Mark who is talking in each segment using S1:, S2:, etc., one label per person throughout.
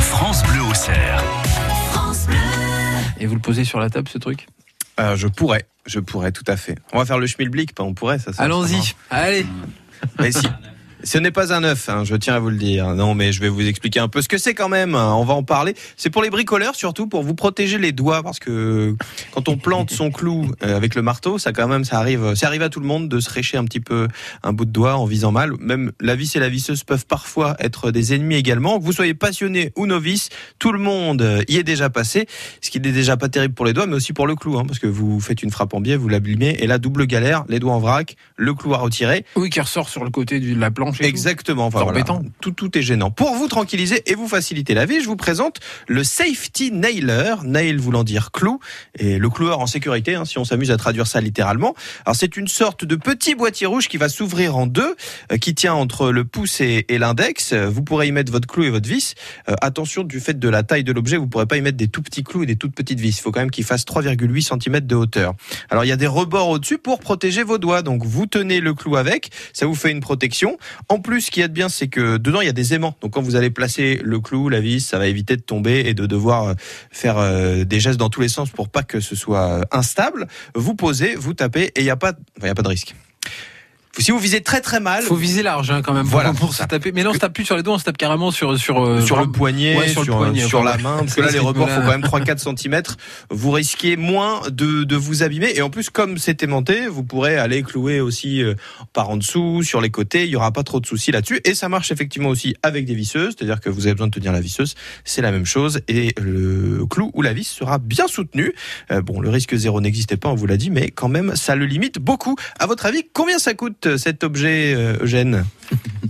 S1: France Bleu au cerf.
S2: Et vous le posez sur la table, ce truc
S3: Euh, je pourrais, je pourrais tout à fait. On va faire le schmilblick, pas on pourrait, ça. ça
S2: Allons-y. Allez.
S3: Mais si. Ce n'est pas un œuf, hein, je tiens à vous le dire. Non, mais je vais vous expliquer un peu ce que c'est quand même. hein, On va en parler. C'est pour les bricoleurs surtout, pour vous protéger les doigts, parce que quand on plante son clou euh, avec le marteau, ça quand même, ça arrive, ça arrive à tout le monde de se récher un petit peu un bout de doigt en visant mal. Même la vis et la visseuse peuvent parfois être des ennemis également. Que vous soyez passionné ou novice, tout le monde euh, y est déjà passé, ce qui n'est déjà pas terrible pour les doigts, mais aussi pour le clou, hein, parce que vous faites une frappe en biais, vous l'abîmez, et là double galère, les doigts en vrac, le clou à retirer.
S2: Oui, qui ressort sur le côté de la planche. et tout.
S3: Exactement. Enfin,
S2: C'est
S3: voilà.
S2: embêtant.
S3: Tout, tout est gênant. Pour vous tranquilliser et vous faciliter la vie, je vous présente le safety nailer. Nail voulant dire clou et le cloueur en sécurité, hein, si on s'amuse à traduire ça littéralement. Alors c'est une sorte de petit boîtier rouge qui va s'ouvrir en deux, euh, qui tient entre le pouce et, et l'index. Euh, Vous pourrez y mettre votre clou et votre vis. Euh, attention, du fait de la taille de l'objet, vous pourrez pas y mettre des tout petits clous et des toutes petites vis. Il faut quand même qu'il fasse 3,8 cm de hauteur. Alors il y a des rebords au-dessus pour protéger vos doigts. Donc vous tenez le clou avec, ça vous fait une protection. En plus, ce qu'il y a de bien, c'est que dedans, il y a des aimants. Donc, quand vous allez placer le clou, la vis, ça va éviter de tomber et de devoir euh, faire euh, des gestes dans tous les sens pour pas que ce soit euh, instable. Vous posez, vous tapez et il n'y a, pas- enfin, il y a pas de risque. Si vous visez très très mal,
S2: Faut viser large hein, quand même. pour-
S3: Voilà.
S2: Pour se taper. Mais là, on se tape plus sur les doigts, on se tape carrément sur sur euh,
S3: sur le
S2: vraiment-
S3: poignet,
S2: Ouais, sur
S3: sur,
S2: le poignet,
S3: sur
S2: enfin,
S3: la main, parce que là,
S2: c'est
S3: les
S2: ce
S3: reports font
S2: rythme-là.
S3: quand même 3-4 cm. Vous risquez moins de, de vous abîmer. Et en plus, comme c'est aimanté, vous pourrez aller clouer aussi euh, par en dessous, sur les côtés. Il n'y aura pas trop de soucis là-dessus. Et ça marche effectivement aussi avec des visseuses. C'est-à-dire que vous avez besoin de tenir la visseuse. C'est la même chose. Et le clou ou la vis sera bien soutenu. Euh, bon, le risque zéro n'existait pas, on vous l'a dit, mais quand même, ça le limite beaucoup. À votre avis, combien ça coûte euh, cet objet, euh, Eugène?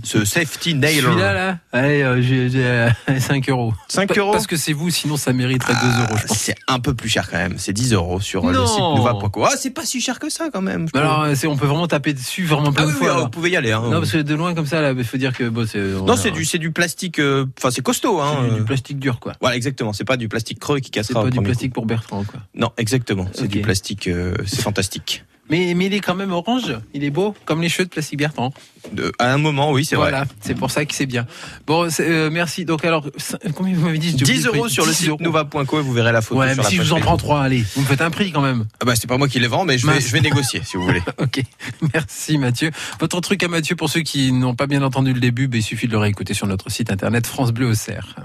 S3: Ce safety nailer.
S2: Celui-là, là, allez, euh, j'ai- j'ai euh, 5 euros.
S3: 5
S2: Pa-
S3: euros.
S2: Parce que c'est vous, sinon ça mériterait 2 euros, je
S3: Ah,
S2: pense.
S3: C'est un peu plus cher quand même. C'est 10 euros sur euh,
S2: Non.
S3: le site Nova.co. Ah, c'est pas si cher que ça quand même. je
S2: Mais
S3: peux-
S2: alors, euh, c'est- on peut vraiment taper dessus vraiment
S3: ah
S2: plein
S3: oui,
S2: de
S3: oui,
S2: fois.
S3: ah,
S2: alors.
S3: vous pouvez y aller. hein.
S2: Non, parce que de loin comme ça, là, il faut dire que bon, c'est. on
S3: Non,
S2: a-
S3: c'est du, c'est du plastique. euh, Enfin, c'est costaud.
S2: c'est
S3: Hein,
S2: du- du
S3: euh.
S2: plastique dur, quoi.
S3: Voilà, exactement. C'est pas du plastique creux qui
S2: C'est
S3: cassera. au
S2: pas du
S3: premier
S2: plastique pour Bertrand, quoi.
S3: coup. Non, exactement. C'est
S2: Ok.
S3: du plastique. euh, c'est fantastique.
S2: Mais, mais il est quand même orange, il est beau, comme les cheveux de Plastique Bertrand.
S3: De- à un moment, oui, c'est vrai.
S2: Voilà, c'est pour ça que c'est bien. Bon, c'est- euh, merci. Donc alors, cin- combien vous m'avez dit j'ai oublié
S3: 10
S2: le prix.
S3: euros sur le
S2: 10
S3: site
S2: euros.
S3: Nova.co et vous verrez la photo.
S2: Ouais,
S3: sur
S2: mais
S3: la
S2: si je
S3: page
S2: vous en
S3: Facebook.
S2: prends trois, allez, vous me faites un prix quand même.
S3: Ah bah, c'est pas moi qui les vends, mais je vais,
S2: Mince.
S3: je vais négocier si vous voulez.
S2: Ok, merci Mathieu. Votre truc à Mathieu, pour ceux qui n'ont pas bien entendu le début, ben, il suffit de le réécouter sur notre site internet France Bleu au Cerf.